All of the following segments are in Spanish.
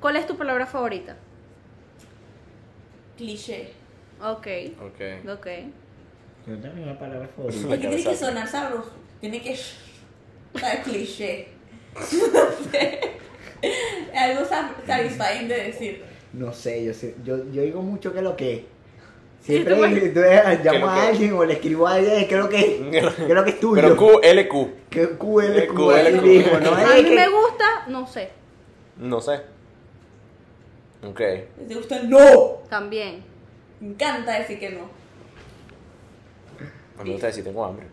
¿Cuál es tu palabra favorita? Cliché. Ok, Ok. ok. Yo tengo una palabra Es favorita. que tiene que Exacto. sonar sabroso. Tiene que. estar cliché. Algo sab- satisfying de decir. No sé, yo, sé, yo, yo digo mucho que lo que. Sí, tú puedes- Siempre Que entonces, lo llamo que. a alguien o le escribo a alguien, ¿qué es lo que? ¿Qué es lo que es tuyo? Pero QLQ. ¿Qué QL, Q, QL, L, Q. dijo, ¿no? A Es mí que- me gusta, no sé, No sé. Ok. ¿Te gusta el no? también. Me encanta decir que no. A mí me gusta decir tengo hambre.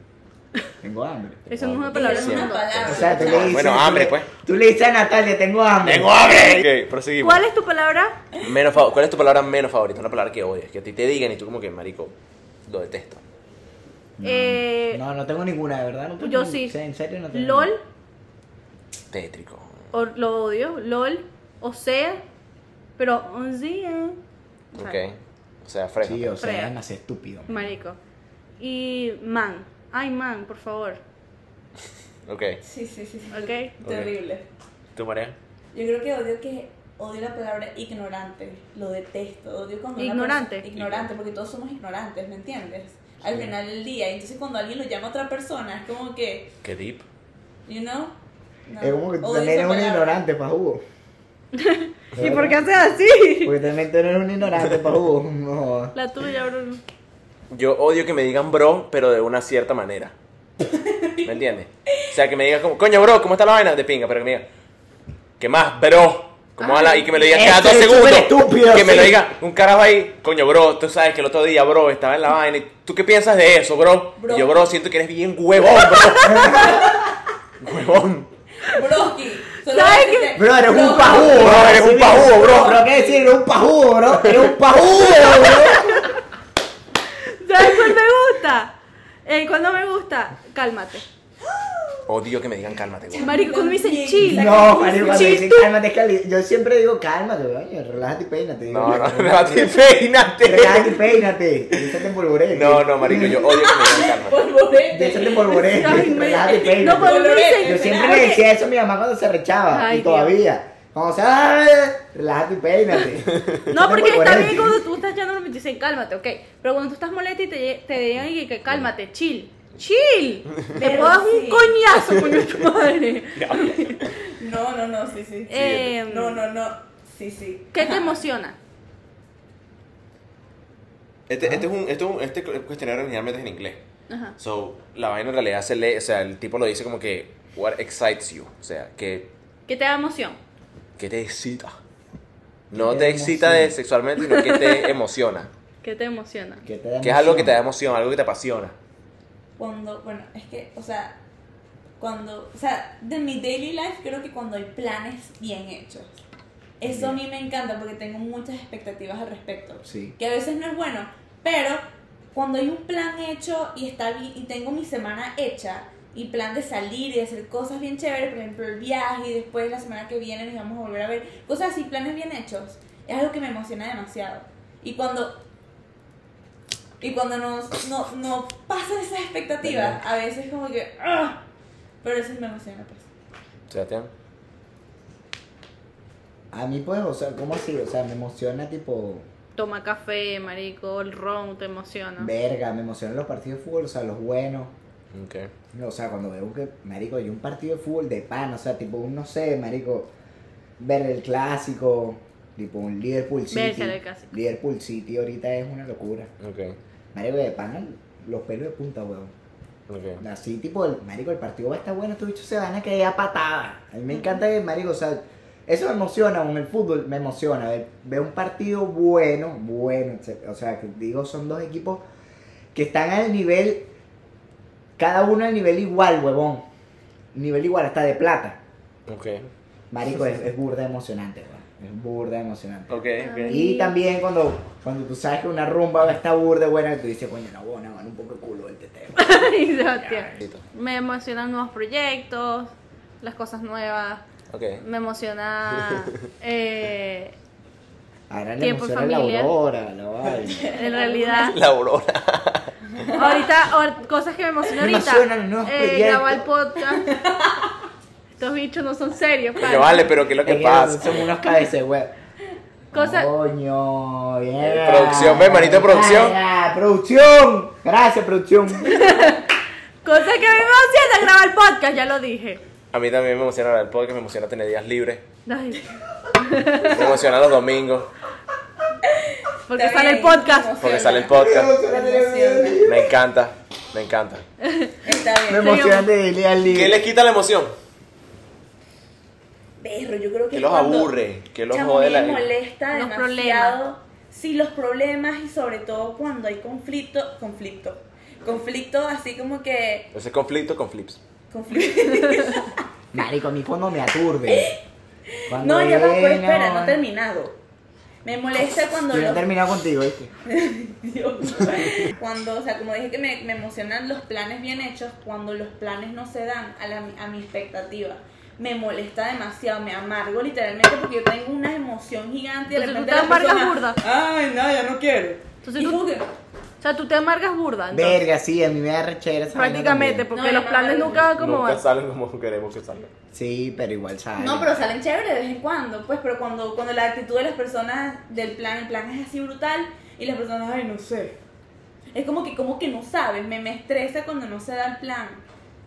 Tengo hambre. Eso no es una Siempre. palabra. Es una no. palabra. O sea, tú le Ah, dices. bueno, tú le- hambre, pues. Tú le dices a Natalia, tengo hambre. ¡Tengo hambre! Ok, proseguimos. ¿Cuál es tu palabra? Menos fav- ¿Cuál es tu palabra menos favorita? Una palabra que odias, que a ti te digan y tú como que, marico, lo detesto. No, Eh, no, no tengo ninguna, de verdad. No tengo yo ninguna. sí. O sea, en serio no tengo. LOL, Tétrico. o lo odio, LOL, o sea, pero un eh. día. Ok. O sea, fresco. Sí, o sea, Frea. es más estúpido. Marico. Y man. Ay, man, por favor. Ok. Sí, sí, sí. sí. Ok. Terrible. ¿Tú, María? Yo creo que odio que odio la palabra ignorante, lo detesto, odio cuando una Ignorante. persona- ignorante, porque todos somos ignorantes, ¿me entiendes? Al Sí. final del día, entonces cuando alguien lo llama a otra persona, es como que, Qué deep. you know, no, Es como que tú odio esa también eres un palabra. ignorante, pa' jugo. ¿Y por qué haces así? Porque también tú eres un ignorante, pa' jugo. No. La tuya, Bruno. Yo odio que me digan bro, pero de una cierta manera. ¿Me entiendes? O sea, que me digas como, coño, bro, ¿cómo está la vaina? De pinga, pero que me digan, ¿qué más, bro? Como habla, y que me lo digan Este cada dos es segundos. súper estúpido, que me sí. lo diga un carajo ahí, coño, bro, tú sabes que el otro día, bro, estaba en la vaina. y ¿Tú qué piensas de eso, bro? Bro. Y yo, bro, siento que eres bien huevón, bro. huevón. Broski, solo ¿Sabes decirte, Bro, eres un "Bro, pajugo. Bro, eres Sí, un pajugo, bro. Bro, ¿qué decir? Eres un pajugo, bro. Eres un pajugo, bro. ¿Sabes cuál me gusta? Eh, ¿Cuándo me gusta? Cálmate. Odio que me digan cálmate, güey. Marico, cuando me dicen También. chill. No, marico, cuando chill dicen tú. cálmate, cali- yo siempre digo cálmate, coño, relájate y peínate. digo, No, no, coño. no, te Relájate y peínate. peínate. Déjate polvorete. No, no, marico, yo odio que me digan cálmate. polvorete". Déjate polvorete. Ay, me- Relájate y peínate. No, cuando me dicen. Yo siempre Porque- le decía eso a mi mamá cuando se rechaba. Ay, y todavía. Como se relájate y peínate. No, porque está Relájate. bien cuando tú estás echando te dicen cálmate, ok. Pero cuando tú estás molesta y te, te digan y que cálmate, chill. ¡Chill! Te Pero puedo dar un sí. coñazo, coño, tu madre. No, no, no, sí, sí. Eh, no, no, no, sí, sí. ¿Qué te emociona? Este, este es un, este, es un- este cuestionario originalmente es en inglés. Ajá. So, la vaina en realidad se lee, o sea, el tipo lo dice como que, what excites you, o sea, que, ¿Qué te da emoción? que te excita. No ¿Qué te, te excita emociona? de- sexualmente, sino que te emociona. ¿Qué te emociona? Que te da Que es algo que te da emoción. emoción, algo que te apasiona. cuando, bueno, es que, o sea, cuando, o sea, de mi daily life creo que cuando hay planes bien hechos. Eso a mí me encanta porque tengo muchas expectativas al respecto. Sí. Que a veces no es bueno, pero cuando hay un plan hecho y está bien, y tengo mi semana hecha y plan de salir y de hacer cosas bien chéveres, por ejemplo, el viaje y después la semana que viene nos vamos a volver a ver, cosas así, planes bien hechos, es algo que me emociona demasiado. Y cuando y cuando nos, no, no pasan esas expectativas, a veces como que. ¡ah! Pero eso me emociona, pues. Sebastián. A mí, pues, o sea, ¿cómo así? O sea, me emociona, tipo. Toma café, marico, el ron te emociona. Verga, me emocionan los partidos de fútbol, o sea, los buenos. Ok. O sea, cuando veo que, marico, hay un partido de fútbol de pan, o sea, tipo un, no sé, marico, ver el clásico, tipo un Liverpool City. Verse el clásico. Liverpool City ahorita es una locura. Ok. Marico, de pan, los pelos de punta, weón. Ok. Así, tipo, el, marico, el partido va a estar bueno, estos bichos se van a caer a patada. A mí me encanta, que, marico, o sea, eso me emociona, en el fútbol me emociona. Ver, ver un partido bueno, bueno, etc. o sea, que digo, son dos equipos que están al nivel, cada uno al nivel igual, huevón. Nivel igual, hasta de plata. Ok. Marico, es, es burda emocionante, weón. Es burda emocionante. Ok, ok. Y también cuando, cuando tú sabes que una rumba va a estar burda buena, tú dices, coño, la buena, van un poco de culo el teteo. Y Sebastián. Me emocionan nuevos proyectos, las cosas nuevas. Ok. Me emociona eh, Ahora le Tiempo en emociona la familia. aurora, la vaina. en realidad. La aurora. Ahorita, or- cosas que me emocionan Me ahorita. emocionan los nuevos eh, grabar proyectos. podcast. Estos bichos no son serios, Coño, pana. vale, pero ¿qué es lo que Es que pasa? Son unos cabezas, güey. Cosa- Coño, bien. Producción, ve, manito, producción. Ah, producción. Gracias, producción. Cosa que a mí me emociona grabar podcast, ya lo dije. A mí también me emociona grabar el podcast, me emociona tener días libres, Ay, me emociona los domingos, porque sale el podcast. porque sale el podcast. podcast. Me encanta, me encanta. Está Me bien. emocionan de Lea Lee. ¿Qué les quita la emoción? Perro, yo creo que Que los cuando- aburre, que los Chamo, jode me la molesta Los demasiado. Sí, los problemas y sobre todo cuando hay conflicto, conflicto. Conflicto así como que Ese conflicto con flips. conflicto. Marico, a mí cuando me aturde. Cuando No, ya va, pues viene, espera, no he bueno. terminado. Me molesta cuando Yo he los terminado contigo, ¿viste? Dios. Cuando, o sea, como dije que me, me emocionan los planes bien hechos, cuando los planes no se dan a, la, a mi expectativa. Me molesta demasiado, me amargo literalmente porque yo tengo una emoción gigante y de Entonces tú repente te la amargas persona, burda. Ay, no, ya no quiero. Entonces Y tú- como que- O sea, tú te amargas burda. entonces. Verga, sí, a mí me da rechera esa vaina prácticamente, también. porque No, los no, planes no, nunca como Nunca salen como queremos que salgan. Sí, pero igual sale. No, pero salen chévere de vez en cuando, pues, pero cuando, cuando la actitud de las personas del plan, el plan es así brutal y las personas, ay, no sé. Es como que, como que no sabes, me, me estresa cuando no se da el plan.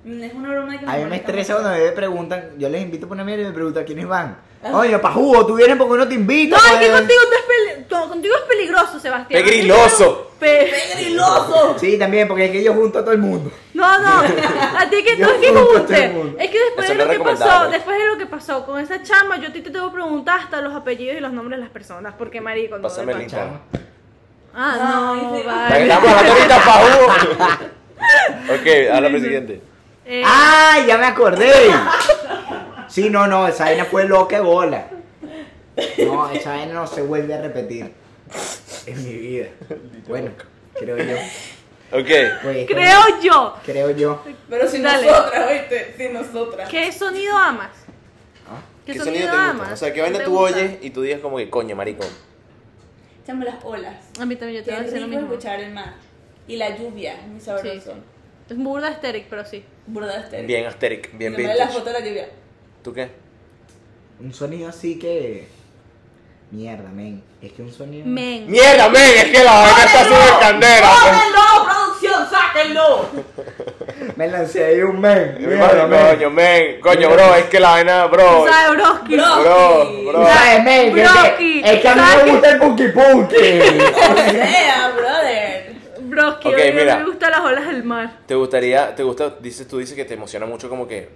Es una broma que A mí me molesta estresa mucho. cuando me preguntan, yo les invito por una mierda y me preguntan quiénes van. Ajá. Oye, pa' jugo, tú vienes porque no te invito. No, es que pues. contigo, tú es pele- no, contigo es peligroso, Sebastián. ¡Pegriloso! Pe- ¡Pegriloso! Sí, también, porque es que yo junto a todo el mundo. No, no, a ti que Yo no es que junto a guste. todo el mundo. Es que después Eso de no lo es que pasó, recomendable. después de lo que pasó con esa chama, yo a ti te tengo que preguntar hasta los apellidos y los nombres de las personas, porque marico, no. Pásame el de pana. linterna. Ah, no, Ay, sí. vale. Estamos dejando ahorita pa' Hugo. Ok, habla el siguiente. Eh, ¡Ah! Ya me acordé. Sí, no, no, esa vaina fue loca de bola. No, esa vaina no se vuelve a repetir. En mi vida. Bueno, creo yo. Ok, Pues, creo yo. Creo yo. Pero si Dale. nosotras, oíste, si nosotras. ¿Qué sonido amas? Ah. ¿Qué, sonido, amas? O sea, ¿qué ¿Qué vaina te tú gusta? oyes y tú dices como que coño, marico? Chamo las olas. A mí también yo te Qué voy a decir lo rico mismo. escuchar el mar. Y la lluvia, muy Sí, sabroso. sí. Es burda estéril, pero sí. Burda estéril. Bien asteric, bien Tomé la foto vintage. de la lluvia. ¿Tú qué? Un sonido así que. Mierda, men. Es que un sonido. Men. ¡Mierda, men! Es que la vaina está súper candela. ¡Cómenlo, producción! ¡Sáquenlo! Me lancé ahí un men. Mi hermano, Coño, men. Coño, bro, es que la vaina, O bro. sea, broski. Bro. Bro, bro. ¿Sabes, men? Que- Brocky, Es que a mí ¿sabes? me gusta el punky punky. O sea, brother. Broski, Ok, oye, mira. me gustan las olas del mar. ¿Te gustaría, te gusta, dices, tú dices que te emociona mucho como que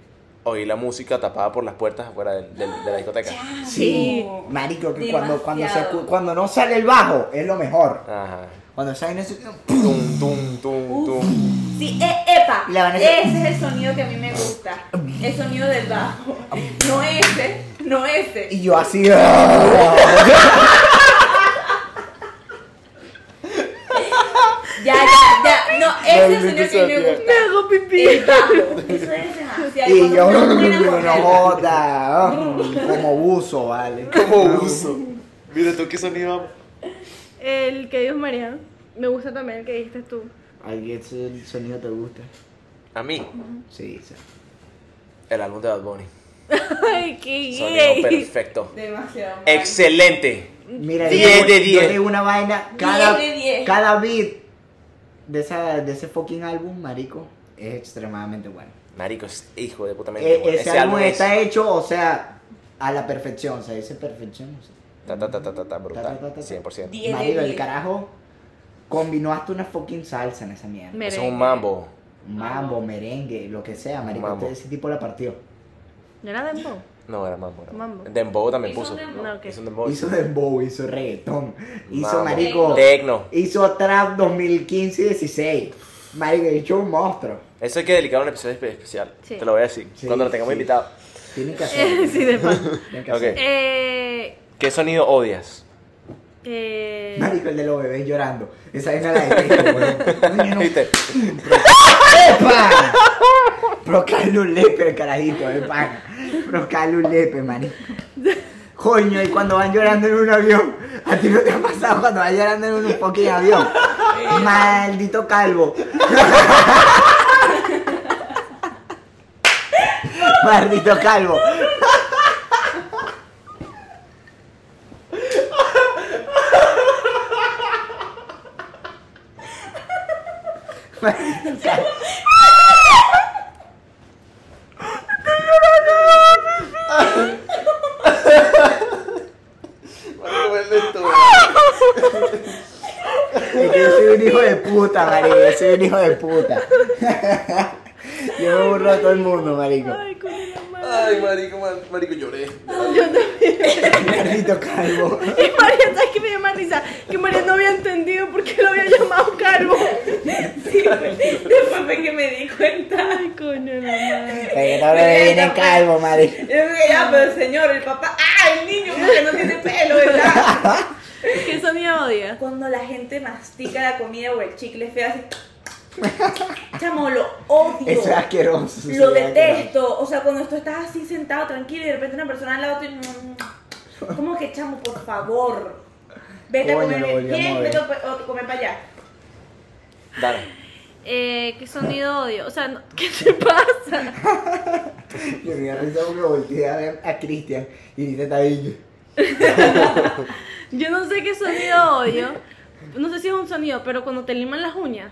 oír la música tapada por las puertas afuera del- del- de la discoteca? Sí, Chamo. marico, que cuando, cuando, se Demasiado. escu- cuando no sale el bajo es lo mejor. Ajá. Cuando sale ese. Tum, tum, tum, tum. Sí, e- epa, La van a hacer- ese es el sonido que a mí me gusta. El sonido del bajo. No ese, no ese. Y yo así. ¡ah! Ya, ya, ya. No, ese es el sonido Maldito que a mí me sea, Me gusta. hago El pipí. bajo. Eso es demasiado. Y yo. Cuando me No enamoro. joda. ah, Como buzo, vale. Como uso. Mira, ¿tú qué sonido? El que Dios María. Me gusta también el que dijiste tú. Ay, ese sonido te gusta. A mí, Sí, sí. el álbum de Bad Bunny. Ay, qué Sonido gay. perfecto. Demasiado. mal. Excelente. Mira, Sí. yo tengo- 10 de yo 10. tengo una vaina. Cada, 10 de 10. cada beat de, esa, de ese fucking álbum, marico, es extremadamente bueno. Marico, es hijo de puta E- madre. bueno. ese, álbum está hecho, o sea, a la perfección. O sea, dice perfección. o sea. Ta, ta, ta, ta, ta, ta, Ta, ta, ta, brutal. ta. 100%. Diez de Marico, el diez. carajo combinó hasta una fucking salsa en esa mierda. Me- Eso es un mambo. Mambo, merengue, lo que sea, marico. Mambo. Ese tipo la partió. ¿No era dembow? No, era mambo. Era Mambo. Dembow también Hizo puso. un dembow. No, ok. Hizo un dembow. Hizo dembow, hizo reggaetón, hizo Mambo. marico, Tecno. hizo trap 2015-16. Marico, hizo un monstruo. Eso hay que dedicar a un episodio espe- especial. Sí. Te lo voy a decir. Sí, Cuando lo tengamos sí. invitado. Tiene que hacer. sí, de pan. tiene que Ok. hacer. Eh, ¿Qué sonido odias? eh, Marico, el de los bebés llorando. Esa vaina la detesto, weón. Coño, no. ¿Viste? ¡Epa! Procale un lepe el carajito, de pana. Procale un lepe, marico. Coño, y cuando van llorando en un avión, a ti no te ha pasado cuando van llorando en un fucking avión. Maldito calvo. Maldito calvo. Maldito calvo. Es que yo soy un hijo de puta, marico. Yo soy un hijo de puta. Yo me burlo a todo el mundo, marico. Ay, coño, la madre. Ay, marico, man- marico, lloré. Yo también. Maldito calvo. Y María, ¿sabes qué me dio más risa? Que María no había entendido por qué lo había llamado calvo. Sí, pues, después fue que me di cuenta. Ay, coño, la madre. Pero Eh, no me viene calvo, marico. Yo dije, ya, pero señor, el papá, ah, el niño, porque no tiene pelo, ¿verdad? ¿Qué sonido odia? Cuando la gente mastica la comida o el chicle feo, así. Chamo, lo odio. Eso es asqueroso. Lo sí, es detesto. O sea, cuando tú estás así sentado tranquilo y de repente una persona al lado te. mm, Como que chamo, por favor. Vete Coño, a lo comer. volví a bien, mover. vete a pa- a comer para allá. Dale. Eh, ¿Qué sonido odio? O sea, no- ¿qué te pasa? asqueroso. Yo me dio risa porque volteé a ver a Cristian y dice está ahí. Yo no sé qué sonido odio. No sé si es un sonido, pero cuando te liman las uñas,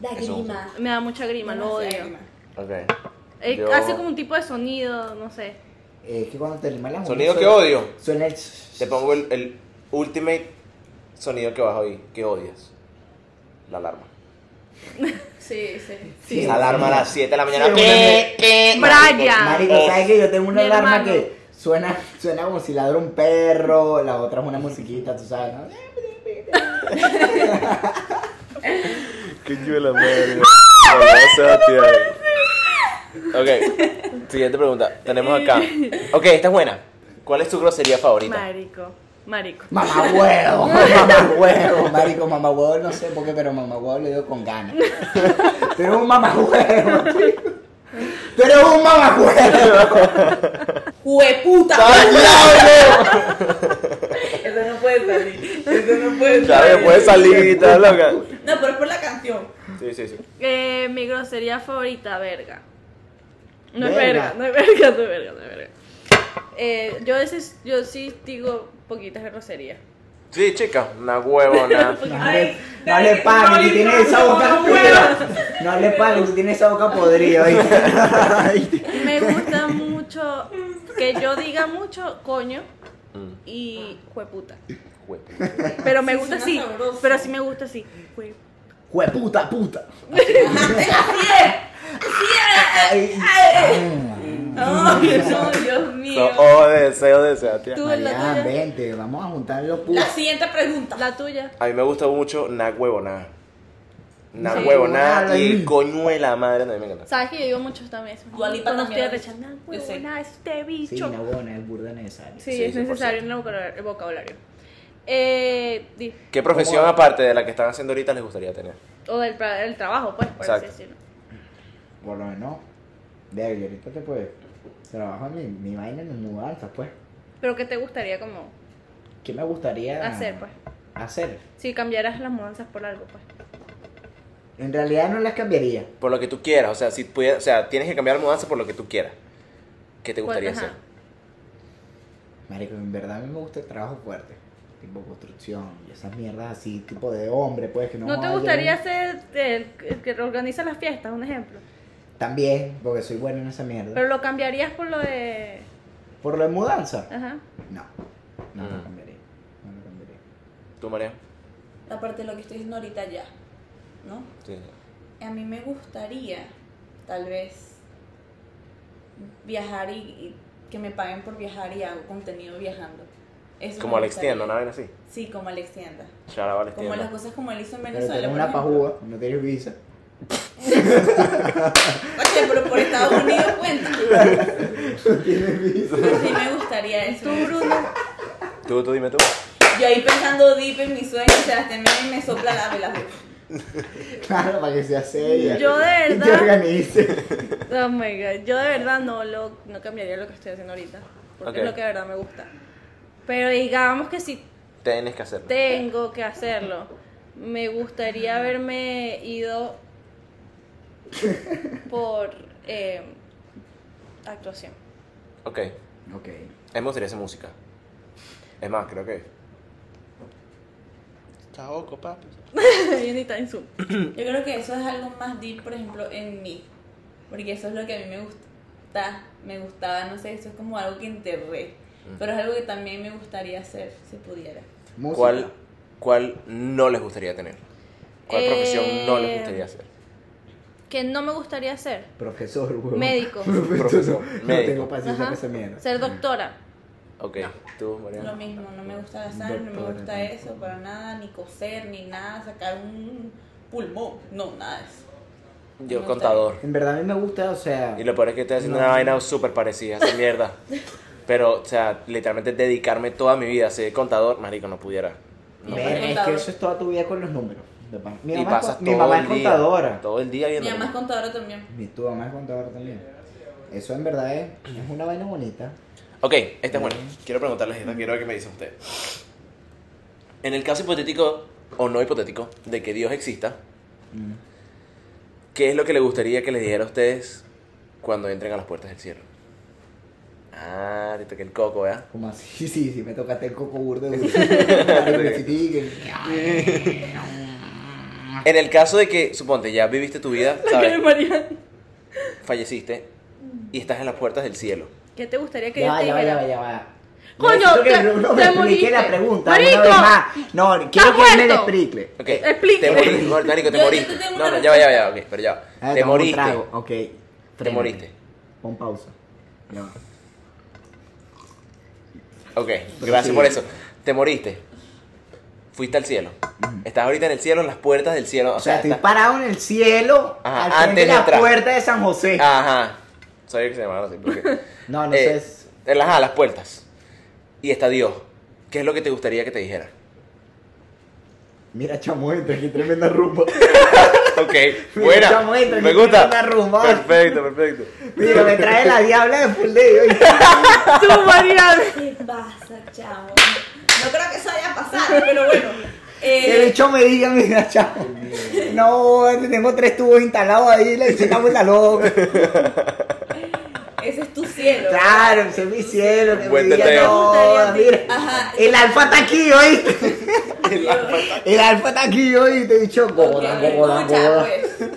Da Eso. grima. me da mucha grima, lo Demasiada odio. grima. Ok. Eh, Yo- Hace como un tipo de sonido, no sé. Eh, Es que cuando te limas las Sonido que suena- odio. Suena el. Te pongo el, el ultimate sonido que vas a oír, que odias. La alarma. Sí, sí. Sí. La alarma a las 7 de la mañana. Sí, una ¿Qué? vez- ¿Qué? Brian. Marico, Oh. ¿sabes que yo tengo una Mi alarma hermano. que suena, suena como si ladra un perro, la otra es una musiquita, tú sabes, ¿no? Qué chula madre. Ok, siguiente pregunta. Tenemos acá. Ok, esta es buena. ¿Cuál es tu grosería favorita? Marico, marico. Mamá huevo, mamá huevo, marico, mamá huevo, no sé por qué, pero mamá huevo le digo con ganas. Tú eres un mamá huevo, chico. Tú eres un mamá huevo. ¡Jueputa! ¡Diablo! Eso no puede salir. Eso no puede Ya salir. puedes salir y tal, loca. No, pero es por la canción. Sí, sí, sí. Eh, mi grosería favorita, verga. No es Verga. verga, no es verga, no es verga, no es verga. Eh, yo a veces, yo sí digo poquitas groserías. Sí, chica, una huevona. No Ay, le, no le dale, pagues, no, tú tienes esa no, boca. mamá huevo. No le pagues, tú tienes esa boca podrida. ¿oíste? Ay, Me gusta mucho que yo diga mucho coño Mm, y jueputa. hue- Pero me Sí, gusta suena así, sabroso. pero sí me gusta así. jue- Hueputa, puta. Ay, ah, Ay, no, Dios So, mío. oh, deseo, deseo, tía. Tú, la Mariana, tuya. vente, vamos a juntar los La putos. siguiente pregunta. La tuya. A mí me gusta mucho na huevona. Na Sí. huevona y el Mm. coño de la madre también me encanta. Sabes que yo digo mucho también eso. Dua Lipa Cuando estoy también. arrechando, Yo sé. nada, este Sí, bicho. no, bueno, es burda necesario. Sí, Sí, es 100%. necesario en el vocabulario. el vocabulario. Eh, di- ¿Qué profesión ¿Cómo? aparte de la que están haciendo ahorita les gustaría tener? o del, pra- del trabajo, pues, por Exacto. así decirlo. Por lo menos, de yo ahorita te puedes. Trabajo en mi, mi vaina en mudanza, pues. Pero ¿qué te gustaría como ¿Qué me gustaría hacer, pues? hacer? Si cambiaras las mudanzas por algo, pues. En realidad no las cambiaría. Por lo que tú quieras, o sea, si pudiera- o sea, tienes que cambiar mudanza por lo que tú quieras. ¿Qué te gustaría Pues, hacer? ajá. Marico, en verdad a mí me gusta el trabajo fuerte. Tipo construcción y esas mierdas así, tipo de hombre, pues que no. ¿No, te joda, yo- gustaría ser el, el que organiza las fiestas, un ejemplo? También, porque soy bueno en esa mierda. Pero lo cambiarías por lo de... ¿Por lo de mudanza? Ajá. No. No Mm. lo cambiaría. No lo cambiaría. ¿Tú, María? Aparte de lo que estoy diciendo ahorita ya, ¿no? Sí. A mí me gustaría, tal vez, viajar y, y que me paguen por viajar y hago contenido viajando. Eso me Como Alex gustaría. Tienda, una vez así. Sí, como Alex Tienda. Shout out Alex Como las Tienda. cosas como él hizo en Pero Venezuela. tienes por una ejemplo. pajúa, no tienes visa. Oye, pero por Estados Unidos cuenta. No tienes visa. Sí, me gustaría eso. Tú, Bruno. Tú, tú, dime tú. Yo ahí pensando deep en mis sueños, Sebastián Mena, y me sopla la vela. Claro, para que sea seria. Yo de Y te verdad- organice. Oh my God. Yo de verdad no lo no cambiaría lo que estoy haciendo ahorita. Porque Ok. es lo que de verdad me gusta. Pero digamos que si Tienes que hacerlo. tengo que hacerlo, me gustaría haberme ido por eh, Actuación. Ok. A Ok. mí me gustaría hacer música. Es más, creo que. Estás loco, papi. Yo ni está en Zoom. Yo creo que eso es algo más deep, por ejemplo, en mí. Porque eso es lo que a mí me gusta. Me gustaba, no sé, eso es como algo que enterré. Mm. Pero es algo que también me gustaría hacer, si pudiera. Música. ¿Cuál, ¿Cuál no les gustaría tener? ¿Cuál profesión no les Eh, gustaría hacer? Que no me gustaría ser. Profesor, huevón. Médico. Profesor. Profesor, No médico. tengo paciencia Ajá. para esa mierda. Ser doctora. Ok, tú, Lo Mariana. mismo, no me gusta la sangre, no me Doctora, gusta ¿no? eso, para nada, ni coser, ni nada, sacar un pulmón, no, nada de eso. Yo, Me gustaría. contador. En verdad a mí me gusta, o sea. Y lo peor es que estoy haciendo No. una vaina súper parecida a esa mierda. Pero, o sea, literalmente dedicarme toda mi vida a ser contador, marico, no pudiera. No. Ver, es contador. que eso es toda tu vida con los números. de pan. Mi y mamá, es pasas con- todo mi mamá el es día, contadora. Todo el día Mi viendo. mamá es contadora también. Y tu mamá es contadora también. Eso en verdad es, es una vaina bonita. Ok, esta es buena. Quiero preguntarles esta, quiero ver qué me dicen ustedes. En el caso hipotético, o no hipotético, de que Dios exista, Mm. ¿qué es lo que le gustaría que les dijera a ustedes cuando entren a las puertas del cielo? Ah, te toqué el coco, ¿verdad? Como así, sí, sí, sí, me tocaste el coco burdo. duro. Claro, me sentí que- En el caso de que, suponte, ya viviste tu vida, La que ¿sabes? de Mariana. falleciste y estás en las puertas del cielo. ¿Qué te gustaría que Ya yo va, te ya va, dijera? ya va, ya va. Coño, Necesito que te- Bruno te me explique moriste. la pregunta. Marico, una vez más. No, quiero que él me lo muerto. explique. Ok. Explíqueme. Te moriste, no, marico, te Eh, Yo- yo moriste. tengo No, una no, ya va, ya va, ya va, ok, pero ya va. A ver, Te toma Ah, un moriste. trago, Ok. frénate. moriste. Pon pausa. Ya va. Ok, gracias Sí. por eso. Te moriste. Fuiste al cielo. Estás ahorita en el cielo, en las puertas del cielo. O, Mm. O sea, sea, estoy estás- parado en el cielo, Ajá, al frente antes de de la entrar. Ah. puerta de San José. Ajá. Sabía que se llamaba así. porque- No, no Eh, sé. en las, ajá, las puertas. Y está Dios. ¿Qué es lo que te gustaría que te dijera? Mira, chamo, entra aquí tremenda rumba. Ok, Mira, buena. chamo, entra, Me que gusta. tiene una rumba. Perfecto, perfecto. Mira, me trae la diabla de full day. ¿oíste? Tú, Mariana. ¿Qué pasa, chavo? No creo que eso haya pasado, pero bueno. Que el Eh, bicho me diga, mira, chamo. No, este, tengo tres tubos instalados ahí, le eché la vuelta loca. ese es tu cielo. Claro, ese es mi cielo. Que me Buen diga, teteo. no, mira. Ajá. El alfa está aquí, oíste. Yo- El alfa está aquí, oíste, bicho. Goda, Ok, goda, escucha, goda. pues.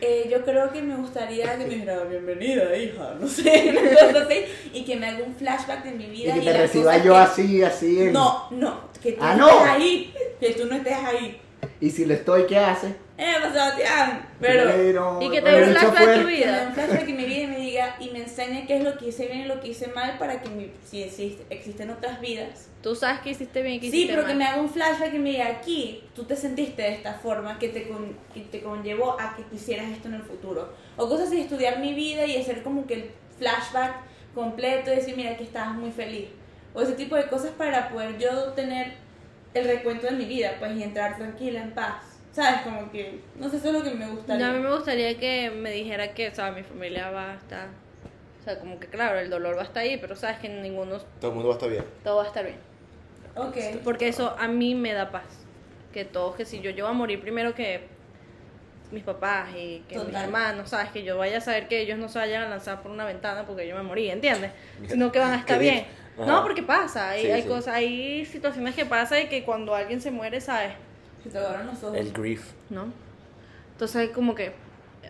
Eh, yo creo que me gustaría que me dijera bienvenida, hija, no sé, una cosa así, y que me haga un flashback de mi Y vida. que te las reciba cosas yo que- así, así. en- No, no, que tú Ah, no no. estés ahí, que tú no estés ahí. Y si lo estoy, ¿qué hace? Eh, Sebastián, pero. Y que te dé un bicho flashback de fue- tu Que me haga vida. un flashback de mi vida y me diga, y me enseñe qué es lo que hice bien y lo que hice mal para que mi- si existe- existen otras vidas, Tú sabes que hiciste bien y que hiciste Sí, pero que mal. me haga un flashback y me diga aquí, tú te sentiste de esta forma que te, con- que te conllevó a que tú hicieras esto en el futuro. O cosas así, estudiar mi vida y hacer como que el flashback completo y decir, mira, que estabas muy feliz. O ese tipo de cosas para poder yo tener el recuento de mi vida, pues, y entrar tranquila, en paz. ¿Sabes? Como que, no sé, eso es lo que me No, gustaría. a mí me gustaría que me dijera que, o sea, mi familia va a estar... O sea, como que claro, el dolor va a estar ahí, pero sabes que ninguno... Todo el mundo va a estar bien. Todo va a estar bien. Ok. Porque eso a mí me da paz. Que todos, que si yo, yo voy a morir primero que mis papás y que mis Total. hermanos, ¿sabes? Que yo vaya a saber que ellos no se vayan a lanzar por una ventana porque yo me morí, ¿entiendes? Sino que van a estar Qué bien. dicho. Ajá. No, porque pasa, hay, Sí, hay sí. cosas, hay situaciones que pasa y que cuando alguien se muere, ¿sabes? Se te agarran los ojos. El grief. ¿no? Entonces como que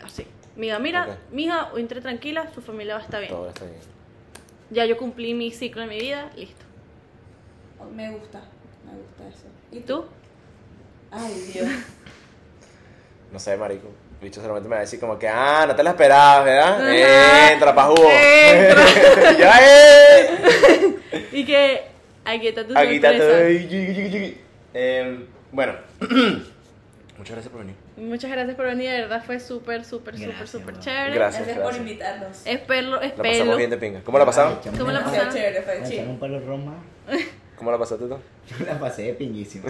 así. Mira, mira, Ok. mija, entre tranquila, su familia va a estar bien. Todo está bien. Ya yo cumplí mi ciclo en mi vida, listo. Oh, Me gusta, me gusta eso. ¿Y ¿Y tú? Ay, Dios. No sé, marico. El bicho solamente me va a decir como que, ah, no te la esperabas, ¿verdad? Ajá. Entra, pa' jugo. Entra. ya eh. Y que aquí está tu Aquí está todo. sorpresa. Yigi, yigi, yigi. Em, bueno. Muchas gracias por venir. Muchas gracias por venir, de verdad fue súper, súper, súper, Gracias, súper bro. chévere. Gracias. Gracias por invitarnos. Espero, La pasamos espero. bien de pinga. ¿Cómo la pasaron? Ay, chamo, Eh, ¿Cómo me la la Fue pasaron? chévere, fue Me chill. echaron un palo de ron más. ¿Cómo la pasaste tú? Yo la pasé de pinguísima.